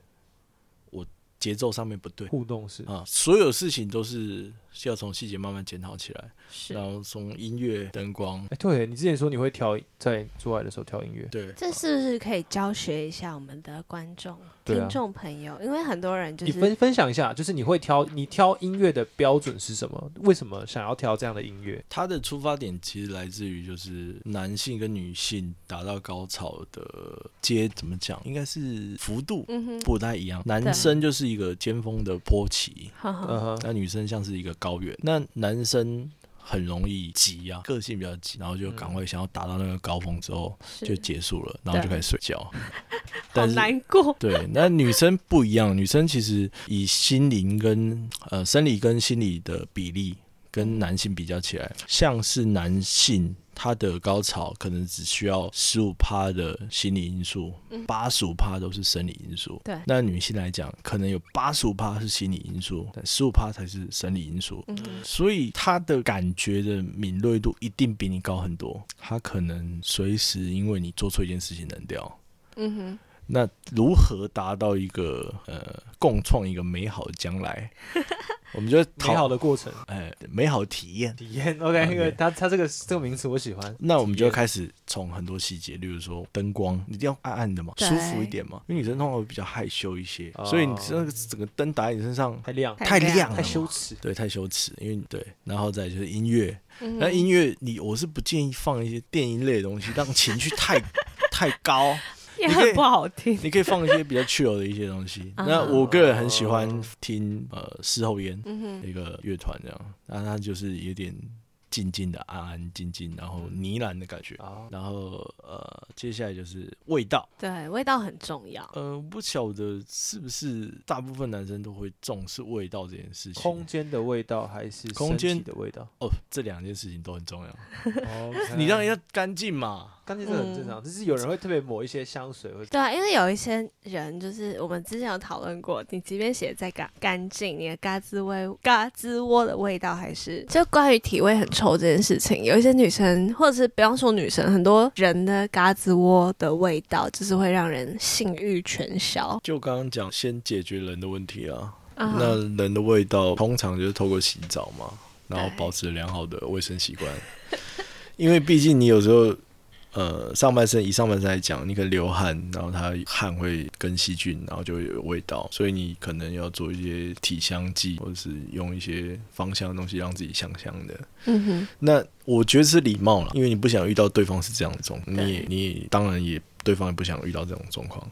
Speaker 3: 我节奏上面不对
Speaker 2: 互动式，
Speaker 3: 啊？所有事情都是要从细节慢慢检讨起来，然
Speaker 1: 是，
Speaker 3: 后从音乐、灯光，
Speaker 2: 哎，对你之前说你会调在做爱的时候调音乐，
Speaker 3: 对，
Speaker 1: 这是不是可以教学一下我们的观众、
Speaker 2: 对啊
Speaker 1: 听众朋友？因为很多人就
Speaker 2: 你
Speaker 1: 是
Speaker 2: 分分享一下，就是你会挑你挑音乐的标准是什么？为什么想要挑这样的音乐？
Speaker 3: 它的出发点其实来自于就是男性跟女性达到高潮的接怎么讲，应该是幅度
Speaker 1: 嗯哼，
Speaker 3: 不太一样。男生就是一个尖峰的坡起，
Speaker 1: 哈哈，
Speaker 2: 嗯哼，
Speaker 3: 那女生像是一个高原。那男生很容易急
Speaker 1: 嗯
Speaker 3: 啊，个性比较急，然后就赶快想要达到那个高峰之后
Speaker 1: 是
Speaker 3: 就结束了，然后就开始睡 觉。
Speaker 1: 好
Speaker 3: 但是
Speaker 1: 难过，
Speaker 3: 对，那女生不一样，女生其实以心灵跟呃生理跟心理的比例跟男性比较起来，像是男性他的高潮可能只需要十五趴的心理因素，八十五趴都是生理因素。
Speaker 1: 对
Speaker 3: 那女性来讲，可能有八十五趴是心理因素，但十五趴才是生理因素。
Speaker 1: 嗯哼，
Speaker 3: 所以他的感觉的敏锐度一定比你高很多，他可能随时因为你做错一件事情冷掉。
Speaker 1: 嗯哼，
Speaker 3: 那如何达到一个呃共创一个美好的将来？我们就讨
Speaker 2: 美好的过程
Speaker 3: 哎、美好的体验。
Speaker 2: 体验，OK，那
Speaker 3: OK
Speaker 2: 个他他这个这个名词我喜欢，
Speaker 3: 那我们就开始从很多细节，例如说灯光，一定要暗暗的嘛，
Speaker 1: 对
Speaker 3: 舒服一点嘛。因为女生通常会比较害羞一些，
Speaker 2: 哦
Speaker 3: 所以你这个整个灯打在你身上
Speaker 2: 太亮，
Speaker 1: 太
Speaker 3: 太
Speaker 1: 亮
Speaker 3: 亮了嘛，
Speaker 2: 太羞耻，
Speaker 3: 对，太羞耻。因为对，然后再就是音乐，
Speaker 1: 嗯
Speaker 3: 那
Speaker 1: 哼
Speaker 3: 音乐你我是不建议放一些电音类的东西，让情绪太太高。
Speaker 1: 也
Speaker 3: 你可以
Speaker 1: 很不好听。
Speaker 3: 你可以放一些比较 chill 的一些东西。
Speaker 1: 啊
Speaker 3: 那我个人很喜欢听呃事后烟
Speaker 1: 嗯哼，
Speaker 3: 一个乐团这样，那它就是有点静静的、安安静静，然后呢喃的感觉。
Speaker 2: 哦，
Speaker 3: 然后呃，接下来就是味道，
Speaker 1: 对，味道很重要。
Speaker 3: 呃，不晓得是不是大部分男生都会重视味道这件事情。
Speaker 2: 空间的味道还是
Speaker 3: 空
Speaker 2: 身体
Speaker 3: 间
Speaker 2: 的味 道？
Speaker 3: 哦，这两件事情都很重要。
Speaker 2: OK
Speaker 3: 你让人家干净嘛，
Speaker 2: 干净是很正常，只是有人会特别抹一些香水或者
Speaker 1: 对啊，因为有一些人就是我们之前有讨论过，你即便写再干干净，你的嘎吱味、嘎吱窝的味道还是就关于体味很臭这件事情，有一些女生或者是不要说女生，很多人的嘎吱窝的味道就是会让人性欲全消。
Speaker 3: 就刚刚讲，先解决人的问题啊。
Speaker 1: 啊
Speaker 3: 那人的味道通常就是透过洗澡嘛，然后
Speaker 1: 对
Speaker 3: 保持良好的卫生习惯，因为毕竟你有时候。呃，上半身以上半身来讲，你可能流汗，然后它汗会跟细菌，然后就会有味道，所以你可能要做一些体香剂，或者是用一些芳香的东西让自己香香的。
Speaker 1: 嗯哼，
Speaker 3: 那我觉得是礼貌了，因为你不想遇到对方是这样的状
Speaker 1: 嗯
Speaker 3: 况，
Speaker 1: 对
Speaker 3: 你也你也当然也对方也不想遇到这种状况。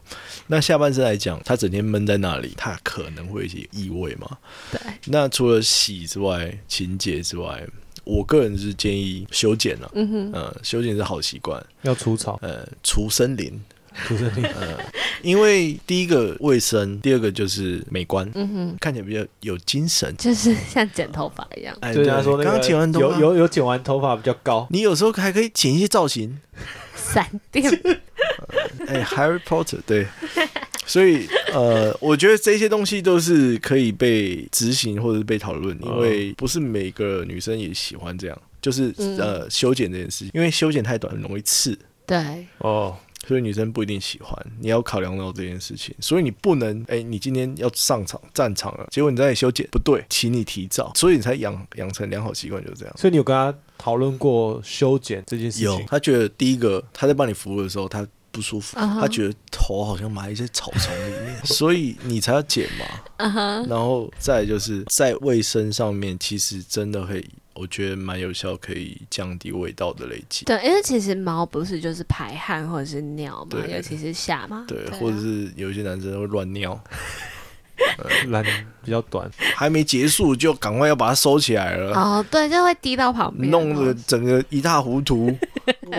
Speaker 3: 那下半身来讲，他整天闷在那里，他可能会有一些异味嘛。
Speaker 1: 对，
Speaker 3: 那除了洗之外，清洁之外，我个人是建议修剪了、
Speaker 1: 嗯哼，
Speaker 3: 呃，修剪是好习惯，
Speaker 2: 要除草，
Speaker 3: 呃，除森林，
Speaker 2: 除 森林。
Speaker 3: 呃，因为第一个卫生，第二个就是美观，
Speaker 1: 嗯哼，
Speaker 3: 看起来比较有精神。
Speaker 1: 就是像剪头发一样。
Speaker 3: 哎，
Speaker 2: 就人家说那
Speaker 3: 刚
Speaker 2: 个
Speaker 3: 刚剪完头
Speaker 2: 有
Speaker 3: 发，
Speaker 2: 有有剪完头发比较高，
Speaker 3: 你有时候还可以剪一些造型，
Speaker 1: 闪 电，
Speaker 3: 哎、h a r r y Potter，对，所以呃，我觉得这些东西都是可以被执行或者是被讨论，因为不是每个女生也喜欢这样，就是
Speaker 1: 嗯
Speaker 3: 呃修剪这件事情，因为修剪太短很容易刺，
Speaker 1: 对，
Speaker 2: 哦，
Speaker 3: 所以女生不一定喜欢，你要考量到这件事情，所以你不能哎、你今天要上场战场了，结果你在那里修剪不对，请你提早，所以你才养养成良好习惯就是这样。
Speaker 2: 所以你有跟他讨论过修剪这件事
Speaker 3: 有
Speaker 2: 情，
Speaker 3: 他觉得第一个他在帮你服务的时候，他不舒服。
Speaker 1: 啊
Speaker 3: 他觉得头好像埋在草丛里面， 所以你才要剪嘛。
Speaker 1: 啊哈，
Speaker 3: 然后再来就是在卫生上面，其实真的可以，我觉得蛮有效，可以降低味道的累积。
Speaker 1: 对，因为其实毛不是就是排汗或者是尿嘛，
Speaker 3: 对
Speaker 1: 尤其是下嘛，
Speaker 3: 对，
Speaker 1: 啊
Speaker 3: 或者是有一些男生会乱尿，
Speaker 2: 懒比较 短，
Speaker 3: 还没结束就赶快要把它收起来了，
Speaker 1: 哦，对，就会滴到旁边，
Speaker 3: 弄得整个一塌 糊涂。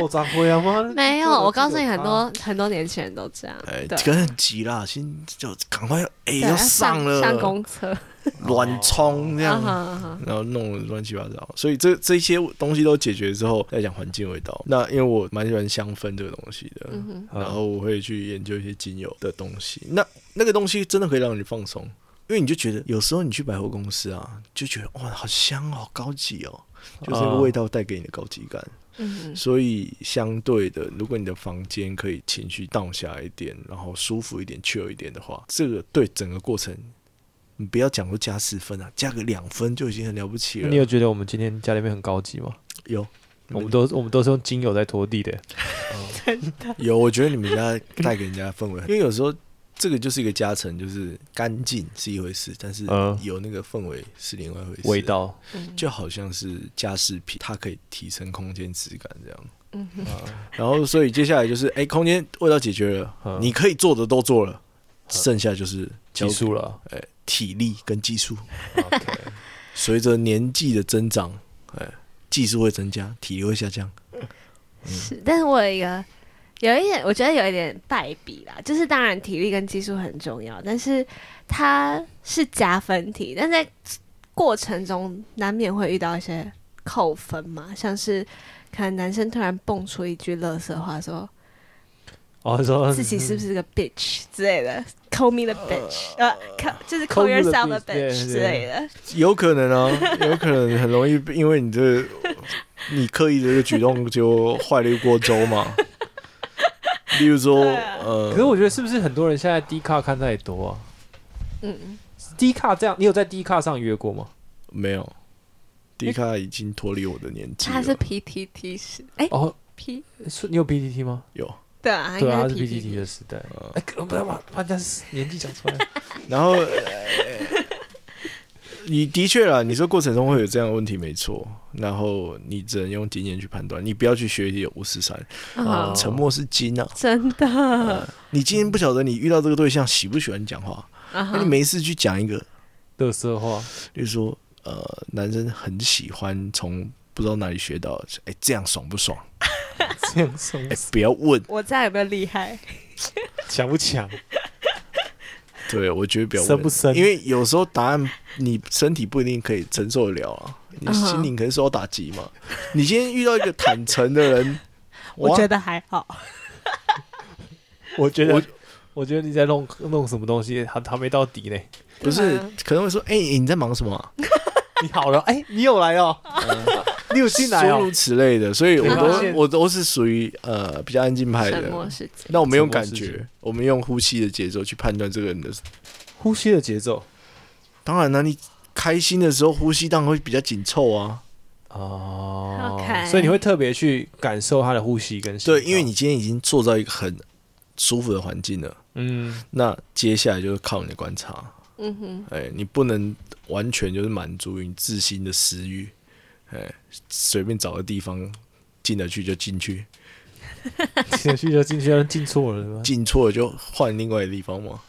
Speaker 2: 我咋会啊妈？
Speaker 1: 没有，
Speaker 2: 这个
Speaker 1: 我告诉你，
Speaker 2: 这个
Speaker 1: 很多很多年轻人都这样，
Speaker 3: 哎，
Speaker 1: 对
Speaker 3: 可能很急啦，先就赶快要
Speaker 1: 对
Speaker 3: 哎要
Speaker 1: 上
Speaker 3: 上了，
Speaker 1: 上公车，
Speaker 3: 乱冲这
Speaker 1: 啊
Speaker 3: 样。
Speaker 1: 哈啊哈
Speaker 3: 然后弄得乱七八糟，所以这这些东西都解决之后，再讲环境味道。那因为我蛮喜欢香氛这个东西的，
Speaker 1: 嗯哼，
Speaker 2: 啊
Speaker 3: 然后我会去研究一些精油的东西。那那个东西真的可以让你放松，因为你就觉得有时候你去百货公司啊，就觉得哇，好香哦，好高级哦，就是那个味道带给你的高级感。
Speaker 1: 嗯哼，
Speaker 3: 所以相对的，如果你的房间可以情绪荡下来一点，然后舒服一点、chill 一点的话，这个对整个过程。你不要讲说加十分啊，加个两分就已经很了不起
Speaker 2: 那
Speaker 3: 了。
Speaker 2: 你有觉得我们今天家里面很高级吗？
Speaker 3: 有嗯
Speaker 2: 我们都我们都是用精油在拖地的，
Speaker 3: 有，我觉得你们家带给人家的氛围，因为有时候这个就是一个加成，就是干净是一回事，但是
Speaker 2: 嗯
Speaker 3: 有那个氛围是另外一回事。
Speaker 2: 味道
Speaker 1: 嗯
Speaker 3: 就好像是加湿品，它可以提升空间质感这样。啊
Speaker 1: 嗯哼
Speaker 3: 然后，所以接下来就是，哎、空间味道解决了，
Speaker 2: 嗯
Speaker 3: 你可以做的都做了，剩下就是交
Speaker 2: 结
Speaker 3: 给
Speaker 2: 束、了。
Speaker 3: 体力跟技术。
Speaker 2: OK，
Speaker 3: 随着年纪的增长，哎、技术会增加，体力会下降。
Speaker 1: 是，但是我有一个。有一点，我觉得有一点败笔啦，就是当然体力跟技术很重要，但是它是加分题，但在过程中难免会遇到一些扣分嘛，像是可能男生突然蹦出一句垃圾话说
Speaker 2: 我说
Speaker 1: 自己是不是
Speaker 2: 嗯
Speaker 1: 个 bitch 之类的，call me the bitch，呃，call- 就是
Speaker 2: call
Speaker 1: call
Speaker 2: you the
Speaker 1: yourself a
Speaker 2: bitch，对
Speaker 1: bitch
Speaker 2: 对
Speaker 1: 之类的，
Speaker 3: 有可能 啊，有可能很容易被，因为你这你刻意的这个举动就坏了一锅 粥嘛。例如说，
Speaker 1: 啊
Speaker 3: 呃，
Speaker 2: 可是我觉得是不是很多人现在 D 卡看太多啊
Speaker 1: 嗯，
Speaker 2: ？D 卡这样，你有在 D 卡上约过吗？
Speaker 3: 没有，迪卡已经脱离我的年纪
Speaker 1: 他是
Speaker 3: 了。
Speaker 1: PTT 时，哎
Speaker 2: 哦，
Speaker 1: ，P
Speaker 2: 是你有 PPT 吗？
Speaker 3: 有，
Speaker 1: 对啊，他应
Speaker 2: 对
Speaker 1: 该
Speaker 2: 啊，他是 PPT
Speaker 1: PTT，
Speaker 2: 的时代。
Speaker 3: 呃
Speaker 2: 哎，可不要把把人家年纪讲出来。
Speaker 3: 然后、呃呃 你的确啦，你说过程中会有这样的问题没错，然后你只能用经验去判断，你不要去学有五四三，
Speaker 1: 啊
Speaker 2: 哦
Speaker 3: 沉默是金啊。
Speaker 1: 真的
Speaker 2: 呃
Speaker 1: 啊
Speaker 3: 你今天不晓得你遇到这个对象喜不喜欢讲话，那
Speaker 1: 哈
Speaker 3: 你没事去讲一个，
Speaker 2: 乐色话，
Speaker 3: 例如说，呃，男生很喜欢从不知道哪里学到，哎、这样爽不爽？
Speaker 2: 这样送
Speaker 3: 哎、不要问，
Speaker 1: 我这样有没有厉害？
Speaker 2: 强不强？
Speaker 3: 对我觉得不要问，
Speaker 2: 深不深
Speaker 3: 因为有时候答案你身体不一定可以承受得了啊，你
Speaker 1: 嗯哼
Speaker 3: 心灵可能受到打击嘛。你今天遇到一个坦诚 的人，
Speaker 1: 我
Speaker 3: 哇
Speaker 1: 觉得还好。
Speaker 2: 我觉
Speaker 3: 我
Speaker 2: 得，我觉得你在弄弄什么东西，还还没到底呢。
Speaker 3: 不是
Speaker 1: 嗯
Speaker 3: 可能会说，哎、你在忙什么啊、
Speaker 2: 你好了，哎，你有来哦，你有进来
Speaker 3: 诸
Speaker 2: 哦啊
Speaker 3: 如，此类的，所以我
Speaker 2: 没发现
Speaker 3: 都我都是属于呃比较安静派
Speaker 1: 沉默
Speaker 3: 的。
Speaker 1: 是金，
Speaker 3: 那我们用
Speaker 2: 沉默
Speaker 3: 感
Speaker 2: 是
Speaker 3: 觉
Speaker 2: 金，
Speaker 3: 我们用呼吸的节奏去判断这个人的
Speaker 2: 呼吸的节奏
Speaker 3: 当然啦，你开心的时候呼吸当然会比较紧凑啊。
Speaker 2: 哦
Speaker 1: OK
Speaker 2: 所以你会特别去感受他的呼吸跟心
Speaker 3: 对，
Speaker 2: 跳
Speaker 3: 因为你今天已经做到一个很舒服的环境了，
Speaker 2: 嗯，
Speaker 3: 那接下来就是靠你的观察。
Speaker 1: 嗯哼，
Speaker 3: 哎，你不能完全就是满足于你自心的私欲，哎，随便找个地方进得去就进去，
Speaker 2: 进去就进去，要进错了吗？
Speaker 3: 进错了就换另外的地方嘛。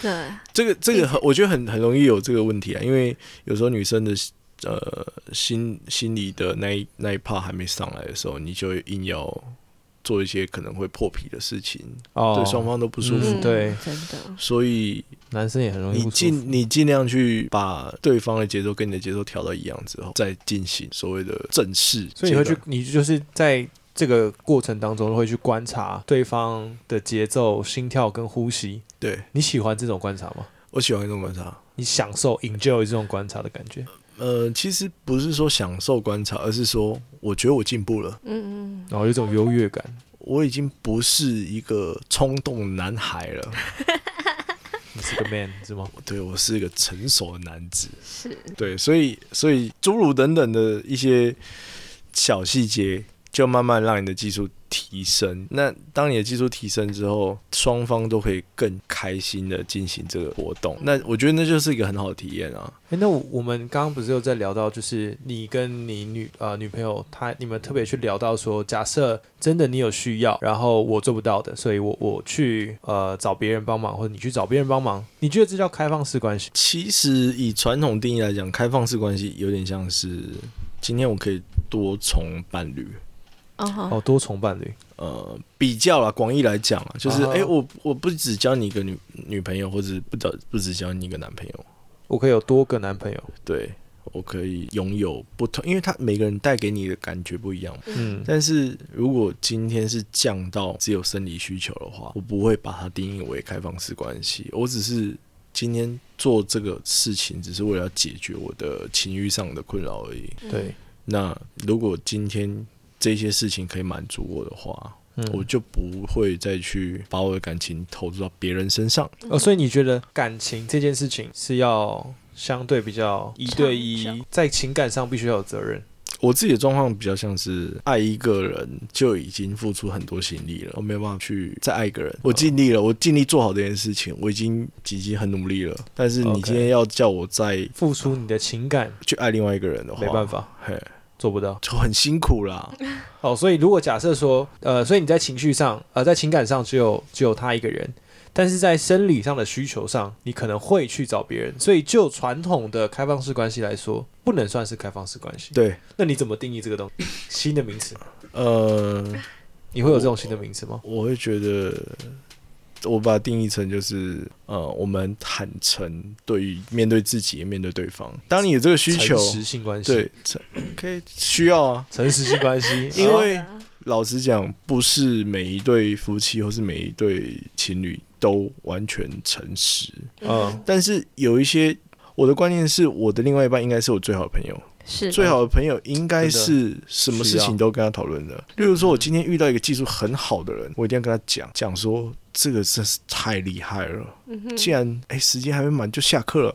Speaker 1: 对，
Speaker 3: 这个这个很，我觉得很很容易有这个问题啊，因为有时候女生的呃心心理的那一那一 part 还没上来的时候，你就硬要做一些可能会破皮的事情，
Speaker 2: 哦，
Speaker 3: 对双方都不舒服。
Speaker 2: 嗯对
Speaker 1: 真的，
Speaker 3: 所以
Speaker 2: 男生也很容易
Speaker 3: 你
Speaker 2: 不舒服
Speaker 3: 尽你尽量去把对方的节奏跟你的节奏调到一样之后，再进行所谓的正式阶段。
Speaker 2: 所以你会去，你就是在这个过程当中会去观察对方的节奏、心跳跟呼吸。
Speaker 3: 对
Speaker 2: 你喜欢这种观察吗？
Speaker 3: 我喜欢这种观察。
Speaker 2: 你享受 enjoy 这种观察的感觉？
Speaker 3: 呃，其实不是说享受观察，而是说我觉得我进步了，
Speaker 1: 嗯嗯，
Speaker 2: 然后哦有一种优越感。
Speaker 3: 我已经不是一个冲动男孩了。
Speaker 2: 你是个 man 是吗？
Speaker 3: 对我是一个成熟的男子，
Speaker 1: 是
Speaker 3: 对，所以所以诸如等等的一些小细节，就慢慢让你的技术提升。那当你的技术提升之后，双方都可以更开心的进行这个活动。那我觉得那就是一个很好的体验啊。
Speaker 2: 哎、那我我们刚刚不是有在聊到，就是你跟你女呃女朋友她，你们特别去聊到说，假设真的你有需要，然后我做不到的，所以我我去呃找别人帮忙，或者你去找别人帮忙，你觉得这叫开放式关系？
Speaker 3: 其实以传统定义来讲，开放式关系有点像是今天我可以多重伴侣。
Speaker 1: 哦吼，
Speaker 2: 哦，多重伴侣，
Speaker 3: 呃，比较啦，广义来讲啊，就是
Speaker 2: 啊哈
Speaker 3: 哎、诶我我不只交你一个女女朋友，或者不交不只交你一个男朋友，
Speaker 2: 我可以有多个男朋友。
Speaker 3: 对我可以拥有不同，因为他每个人带给你的感觉不一样嘛。
Speaker 2: 嗯，
Speaker 3: 但是如果今天是降到只有生理需求的话，我不会把它定义为开放式关系，我只是今天做这个事情，只是为了要解决我的情欲上的困扰而已。
Speaker 2: 对，
Speaker 3: 那如果今天这些事情可以满足我的话，
Speaker 2: 嗯，
Speaker 3: 我就不会再去把我的感情投入到别人身上。
Speaker 2: 哦，所以你觉得感情这件事情是要相对比较一对
Speaker 1: 长
Speaker 2: 一，在情感上必须要有责任。
Speaker 3: 我自己的状况比较像是爱一个人就已经付出很多心力了，我没有办法去再爱一个人。我尽力了，我尽力做好这件事情，我已经已经很努力了。但是你
Speaker 2: OK
Speaker 3: 今天要叫我再
Speaker 2: 付出你的情感
Speaker 3: 去爱另外一个人的话，
Speaker 2: 没办，法
Speaker 3: 嘿，
Speaker 2: 做不到。
Speaker 3: 就很辛 苦啦。
Speaker 2: 哦，所以如果假设说，呃，所以你在情绪上，呃，在情感上只有只有他一个人，但是在生理上的需求上，你可能会去找别人。所以就传统的开放式关系来说，不能算是开放式关系。
Speaker 3: 对，
Speaker 2: 那你怎么定义这个东西？新的名词，
Speaker 3: 呃，
Speaker 2: 你会有这种新的名词吗？
Speaker 3: 我会觉得。我把它定义成就是，呃，我们坦诚对于面对自己，也面对对方。当你有这个需求，
Speaker 2: 诚实性关系，，
Speaker 3: 对，这可以需要啊。
Speaker 2: 诚实性关系，
Speaker 3: 因为
Speaker 1: 是啊
Speaker 3: 老实讲，不是每一对夫妻或是每一对情侣都完全诚实，
Speaker 2: 嗯，
Speaker 3: 但是有一些。我的观念是，我的另外一半应该是我最好的朋友。
Speaker 1: 是
Speaker 3: 最好的朋友应该是什么事情都跟他讨论的。例如说，我今天遇到一个技术很好的人，我一定要跟他讲讲说，这个真是太厉害了。
Speaker 1: 嗯哼
Speaker 3: 既然哎、时间还没满就下 课了，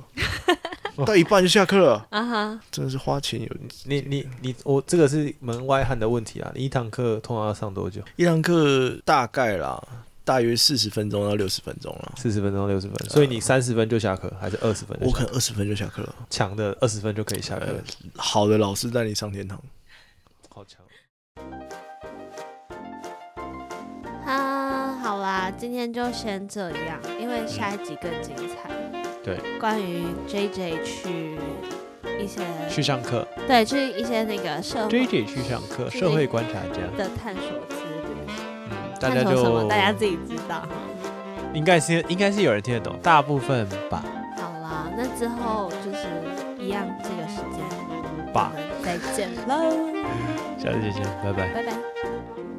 Speaker 3: 到一半就下课了，
Speaker 1: 啊哈，
Speaker 3: 真的是花钱有
Speaker 2: 你你你，我这个是门外汉的问题啊！你一堂课通常要上多久？
Speaker 3: 一堂课大概啦，大约四十分钟到六十分钟了。
Speaker 2: 四十分钟、六十分，所以你三十分就下课，还是二十分就
Speaker 3: 我
Speaker 2: 下课？
Speaker 3: 可呃能二十分就下课了。
Speaker 2: 强的二十分就可以下课，
Speaker 3: 好的老师带你上天堂。
Speaker 2: 好强！哦
Speaker 1: 啊，好啦，今天就先这样，因为下一集更精彩。
Speaker 2: 对，
Speaker 1: 关于 J J 去一些
Speaker 2: 去上课
Speaker 1: 对去一些那个社会
Speaker 2: ，J J 去上课，
Speaker 1: 就是
Speaker 2: 社会观察家，
Speaker 1: 的探索之旅，
Speaker 2: 嗯，大
Speaker 1: 探
Speaker 2: 家
Speaker 1: 索什么
Speaker 2: 就
Speaker 1: 大家自己知道。
Speaker 2: 应该是应该是有人听得懂，大部分吧
Speaker 1: 好啦，那之后就是一样这个时间，我
Speaker 2: 吧，
Speaker 1: 们再见喽，
Speaker 2: 下次再见，拜拜。
Speaker 1: 拜拜。